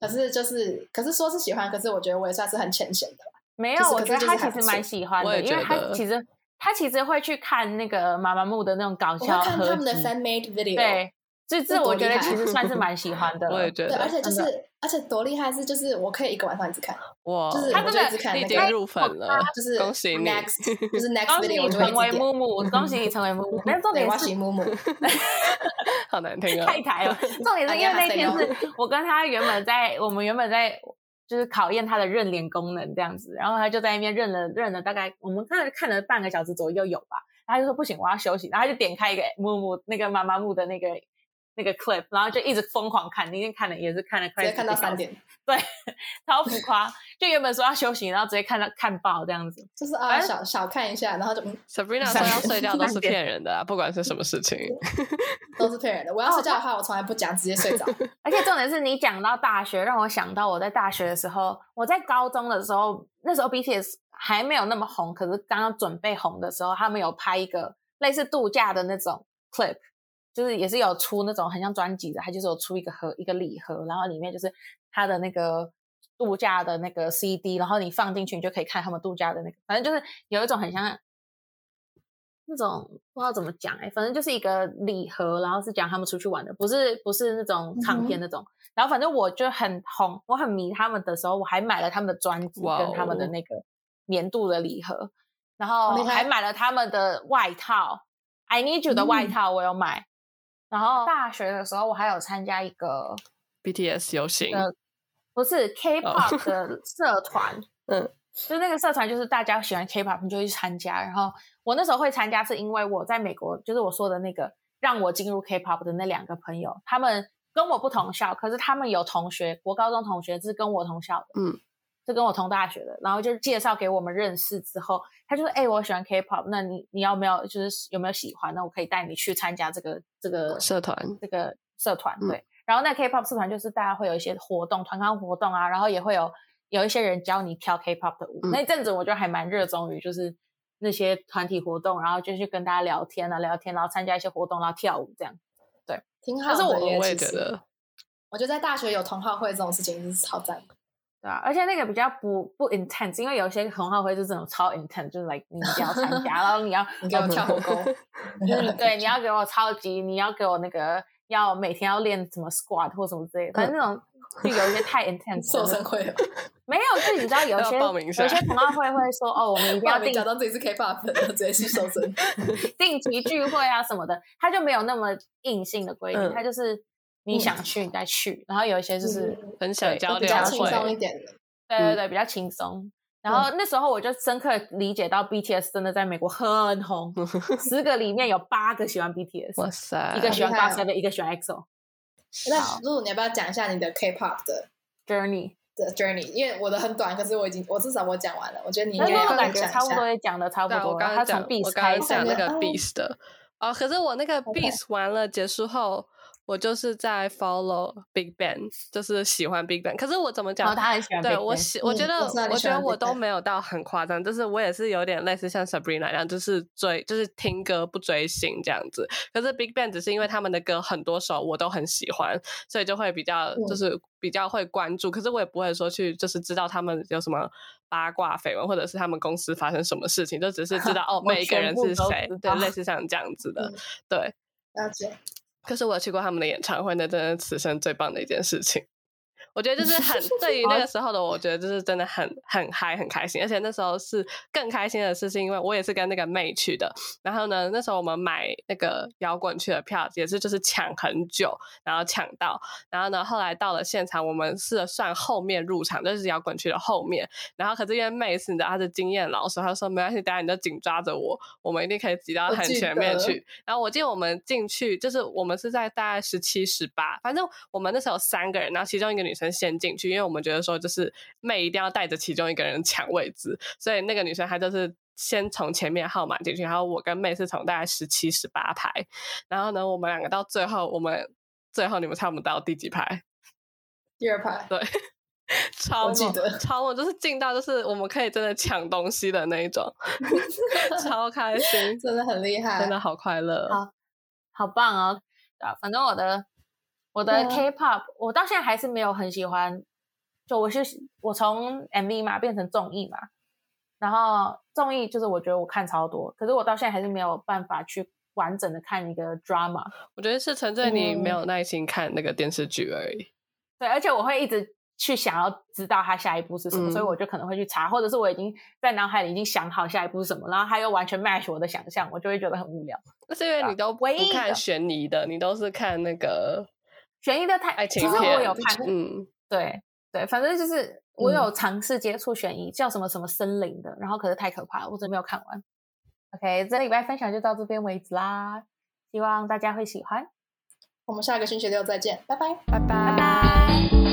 Speaker 3: 可是就是，可是说是喜欢，可是我觉得我也算是很浅显的。
Speaker 2: 没
Speaker 3: 就
Speaker 2: 有，
Speaker 3: 是
Speaker 2: 我
Speaker 3: 可
Speaker 2: 觉得
Speaker 3: 是就是
Speaker 2: 他其
Speaker 3: 还不
Speaker 2: 实
Speaker 3: 错
Speaker 2: 蛮喜欢
Speaker 1: 我
Speaker 2: 的，
Speaker 1: 也
Speaker 2: 因为
Speaker 1: 觉
Speaker 2: 他
Speaker 1: 得
Speaker 2: 其实他其实会去看那个妈妈木的那种搞
Speaker 3: 我会
Speaker 2: 笑
Speaker 3: 看
Speaker 2: 合
Speaker 3: 他们的
Speaker 2: 集，
Speaker 3: fan made video，
Speaker 2: 对，这
Speaker 3: 这
Speaker 2: 这
Speaker 3: 多
Speaker 2: 我觉
Speaker 3: 厉
Speaker 2: 得
Speaker 3: 害
Speaker 2: 其实算是蛮喜
Speaker 3: [LAUGHS]
Speaker 2: 欢的。
Speaker 1: 我也觉
Speaker 3: 对，而
Speaker 1: 得
Speaker 3: 且就
Speaker 2: 真
Speaker 3: 是，而且多厉害是，就是我可以一个晚上一直看。
Speaker 1: 哇，
Speaker 3: 就是
Speaker 2: 他
Speaker 3: 我
Speaker 2: 真
Speaker 3: 就
Speaker 2: 的
Speaker 3: 一直看
Speaker 1: 你已
Speaker 3: 那
Speaker 1: 经
Speaker 3: 个，
Speaker 1: 入粉了，
Speaker 3: 啊就是
Speaker 1: 恭喜你 [LAUGHS]
Speaker 3: next，就是 next
Speaker 2: 恭喜
Speaker 3: video 我
Speaker 2: 你
Speaker 3: 就会
Speaker 2: 成为
Speaker 3: 一直点。
Speaker 2: 木木，恭喜你成为木
Speaker 3: [LAUGHS]
Speaker 2: 木。但是重
Speaker 3: 对，
Speaker 2: 点
Speaker 3: 挖
Speaker 2: 是
Speaker 3: 起
Speaker 2: [LAUGHS]
Speaker 3: 木木，
Speaker 1: 好难听啊
Speaker 2: 太！台了，重
Speaker 3: [LAUGHS] 啊
Speaker 2: 点是因为那天是我跟他原本在，我们原本在就是考验他的认脸功能这样子，然后他就在那边认了认了大概我们看了看了半个小时左右有吧，然后他就说不行，我要休息，然后他就点开一个木木那个妈妈木的那个。那个 clip，然后就一直疯狂看，那天看了也是看了
Speaker 3: 直
Speaker 2: 快
Speaker 3: 接看到
Speaker 2: 一个小时
Speaker 3: 三，点，
Speaker 2: 对， [LAUGHS] 超浮夸。就原本说要休息，然后直接看到看爆这样子。
Speaker 3: 就是啊，
Speaker 2: 反正
Speaker 3: 小小看一下，然后就嗯，
Speaker 1: Sabrina 说
Speaker 2: 三
Speaker 1: 要
Speaker 2: 点
Speaker 1: 睡觉都是
Speaker 2: 三点
Speaker 1: 骗人的啊，不管是什么事情，
Speaker 3: 都是骗人的。
Speaker 2: 哦
Speaker 3: 我要睡觉的话，我从来不讲，直接睡
Speaker 2: [LAUGHS]
Speaker 3: 着。
Speaker 2: 而且重点是你讲到大学，让我想到我在大学的时候，我在高中的时候，那时候 BTS 还没有那么红，可是刚刚准备红的时候，他们有拍一个类似度假的那种 clip，就是也是有出那种很像专辑的，它就是有出一个盒一个礼盒，然后里面就是它的那个度假的那个 CD，然后你放进去，你就可以看他们度假的那个，反正就是有一种很像那种不知道怎么讲哎、反正就是一个礼盒，然后是讲他们出去玩的，不是不是那种
Speaker 3: 嗯
Speaker 2: 唱片那种。然后反正我就很红，我很迷他们的时候，我还买了他们的专辑
Speaker 1: 哇
Speaker 2: 跟他们的
Speaker 1: 哦
Speaker 2: 那个年度的礼盒，然
Speaker 3: 好
Speaker 2: 后
Speaker 3: 厉害
Speaker 2: 还买了他们的外套，I Need You 的外
Speaker 3: 嗯
Speaker 2: 套我有买。然后大学的时候，我还有参加一个
Speaker 1: BTS 游行，
Speaker 3: 啊
Speaker 2: 呃不是 K-pop 的社团，
Speaker 1: 哦 [LAUGHS] 嗯，
Speaker 2: 就是那个社团，就是大家喜欢 K-pop，你就会去参加。然后我那时候会参加，是因为我在美国，就是我说的那个让我进入 K-pop 的那两个朋友，他们跟我不同校，可是他们有同学，我高中同学是跟我同校的，
Speaker 1: 嗯，
Speaker 2: 是跟我同大学的，然后就介绍给我们认识之后，他就说：“哎、我喜欢 K-pop，那你你要没有就是有没有喜欢？那我可以带你去参加这个这个
Speaker 1: 社团
Speaker 2: 这个社团，
Speaker 1: 嗯
Speaker 2: 对。然后那 K-pop 社团就是大家会有一些活动，团康活动啊，然后也会有有一些人教你跳 K-pop 的舞。
Speaker 1: 嗯
Speaker 2: 那一阵子我就还蛮热衷于就是那些团体活动，然后就去跟大家聊天啊，聊天，然后参加一些活动，然后跳舞这样。
Speaker 3: 挺好
Speaker 2: 但
Speaker 3: 的
Speaker 2: 是
Speaker 3: 耶，
Speaker 2: 我
Speaker 1: 我也
Speaker 3: 其
Speaker 1: 觉
Speaker 3: 实
Speaker 1: 得，
Speaker 3: 我觉得在大学有同好会这种事情是超赞的。
Speaker 2: 对啊，而且那个比较不不 intense，因为有些同好会是这种超 intense，就是 like 你一定要参加，然后你要
Speaker 3: 你给我跳 [LAUGHS] 火
Speaker 2: [LAUGHS]
Speaker 3: 钩，
Speaker 2: 嗯，对，你要给我超级，你要给我那个要每天要练什么 squat 或什么之类的，反正那种就有一些太 intense
Speaker 3: 瘦 [LAUGHS]
Speaker 2: 了。
Speaker 3: 身会，哦
Speaker 2: 没有，就是你知道
Speaker 1: [LAUGHS]
Speaker 2: 有
Speaker 1: 要
Speaker 2: 些
Speaker 1: 报名一下
Speaker 2: 有些同好会会说哦，我们一定
Speaker 3: 我
Speaker 2: [LAUGHS] 要
Speaker 3: 还没
Speaker 2: 定
Speaker 3: 假装自己是 K-pop 粉，直接去
Speaker 2: [LAUGHS]
Speaker 3: 瘦身。
Speaker 2: 定期聚会啊什么的，他就没有那么硬性的规定，
Speaker 1: 嗯
Speaker 2: 他就是你想去你再去，然后有一些就是
Speaker 3: 嗯
Speaker 1: 分享
Speaker 2: 对
Speaker 1: 交
Speaker 3: 比
Speaker 1: 流
Speaker 3: 较轻松一
Speaker 1: 会，
Speaker 3: 点的。
Speaker 1: 嗯
Speaker 2: 对对对比较轻松。然后那时候我就深刻理解到 BTS 真的在美国
Speaker 1: [LAUGHS]
Speaker 2: 很红，十个里面有八个喜欢 BTS，
Speaker 1: 哇塞，
Speaker 2: 一个喜欢
Speaker 3: 好厉害
Speaker 2: g
Speaker 3: 哦
Speaker 2: o 的，一个喜欢 EXO。
Speaker 3: 那露露，你要不要讲一下你的 K-pop 的
Speaker 2: Journey，
Speaker 3: 的 journey？因为我的很短，可是我已经我至少我讲完了，我觉得你应
Speaker 2: 那
Speaker 3: 该
Speaker 2: 那
Speaker 3: 要
Speaker 2: 我
Speaker 3: 分
Speaker 2: 感
Speaker 3: 享
Speaker 2: 觉
Speaker 3: 一
Speaker 2: 差不多
Speaker 3: 下。
Speaker 2: 也讲的差不
Speaker 1: 对啊，我
Speaker 2: 多
Speaker 1: 刚
Speaker 2: 了。
Speaker 1: 刚
Speaker 2: 他从
Speaker 1: 讲，我
Speaker 2: Beast
Speaker 1: 刚刚
Speaker 2: 开始
Speaker 1: 讲那个
Speaker 3: 的哦
Speaker 1: Beast 的哦，可是我那个
Speaker 3: OK
Speaker 1: Beast 完了结束后，我就是在 follow Big Bang，就是喜欢 Big Bang。可是我怎么
Speaker 2: 然
Speaker 1: 讲
Speaker 2: 后？他很喜欢 Big
Speaker 1: 对
Speaker 2: Bang。
Speaker 1: 我喜，我觉
Speaker 3: 嗯
Speaker 1: 得
Speaker 3: 我知道你
Speaker 1: 我
Speaker 3: 喜
Speaker 1: 觉得
Speaker 3: 欢
Speaker 1: 我
Speaker 3: Big
Speaker 1: 都
Speaker 3: Bang
Speaker 1: 没有到很夸张，就是我也是有点类似像 Sabrina 那样，就是追就是听歌不追星这样子。可是 Big Bang 只是因为他们的歌很多首我都很喜欢，所以就会比较
Speaker 3: 嗯
Speaker 1: 就是比较会关注。可是我也不会说去就是知道他们有什么八卦绯闻，或者是他们公司发生什么事情，就只是知
Speaker 2: [LAUGHS]
Speaker 1: 道哦
Speaker 2: 我
Speaker 1: 每一个
Speaker 2: 全
Speaker 1: 人
Speaker 2: 部
Speaker 1: 是
Speaker 2: 都
Speaker 1: 谁
Speaker 2: 知，
Speaker 1: 对
Speaker 2: 道，
Speaker 1: 类似像这样子的
Speaker 3: 嗯，
Speaker 1: 对。
Speaker 3: 了解，
Speaker 1: 可是我有去过他们的演唱会，那真的是此生最棒的一件事情。我觉得就是很对于那个时候的我，我觉得就是真的很很嗨很开心，而且那时候是更开心的事，是因为我也是跟那个妹去的。然后呢，那时候我们买那个摇滚区的票，也是就是抢很久，然后抢到。然后呢，后来到了现场，我们是算后面入场，就是摇滚区的后面。然后可是因为妹是你知道她是经验老手，她说没关系，等下你就紧抓着我，我们一定可以挤到
Speaker 3: 我
Speaker 1: 很
Speaker 3: 记
Speaker 1: 前面
Speaker 3: 得
Speaker 1: 去。然后我记得我们进去，就是我们是在大概十七、十八，反正我们那时候有三个人，然后其中一个女生先进去，因为我们觉得说就是妹一定要带着其中一个人抢位置，所以那个女生她就是先从前面号码进去，然后我跟妹是从大概十七、十八排，然后呢，我们两个到最后，我们最后你们猜我们到第几排？ [LAUGHS]
Speaker 3: 第二排。
Speaker 1: 超
Speaker 3: 我记
Speaker 1: 猛
Speaker 3: 得
Speaker 1: 超猛，就是进到就是我们可以真的抢东西的那一种，超开心，
Speaker 3: 真的很厉害，
Speaker 1: 真的好快乐。
Speaker 2: 好好棒哦！对啊，反正我的我的
Speaker 3: 对
Speaker 1: 啊
Speaker 2: K-pop，我到现在还是没有很喜欢。就我是我从 MV 嘛变成综艺嘛，然后综艺就是我觉得我看超多，可是我到现在还是没有办法去完整的看一个 drama。
Speaker 1: 我觉得是纯粹你
Speaker 3: 嗯
Speaker 1: 没有耐心看那个电视剧而已。
Speaker 2: 对，而且我会一直去想要知道它下一步是什么，
Speaker 1: 嗯
Speaker 2: 所以我就可能会去查，或者是我已经在脑海里已经想好下一步是什么，然后它又完全 match 我的想象，我就会觉得很无聊。
Speaker 1: 那是因为你都不
Speaker 2: 唯一
Speaker 1: 看
Speaker 2: 的
Speaker 1: 悬疑的，你都是看那个
Speaker 2: 悬疑的太，
Speaker 1: 爱
Speaker 2: 其
Speaker 1: 情
Speaker 2: 实
Speaker 1: 片。
Speaker 2: 我有看，
Speaker 1: 嗯，
Speaker 2: 对对，反正就是我有尝试接触悬疑，叫什么什么森林的，然后可是太可怕了，我真的没有看完。OK，这礼拜分享就到这边为止啦，希望大家会喜欢，
Speaker 3: 我们下个星期六再见，拜拜。
Speaker 1: 拜拜
Speaker 2: 拜拜。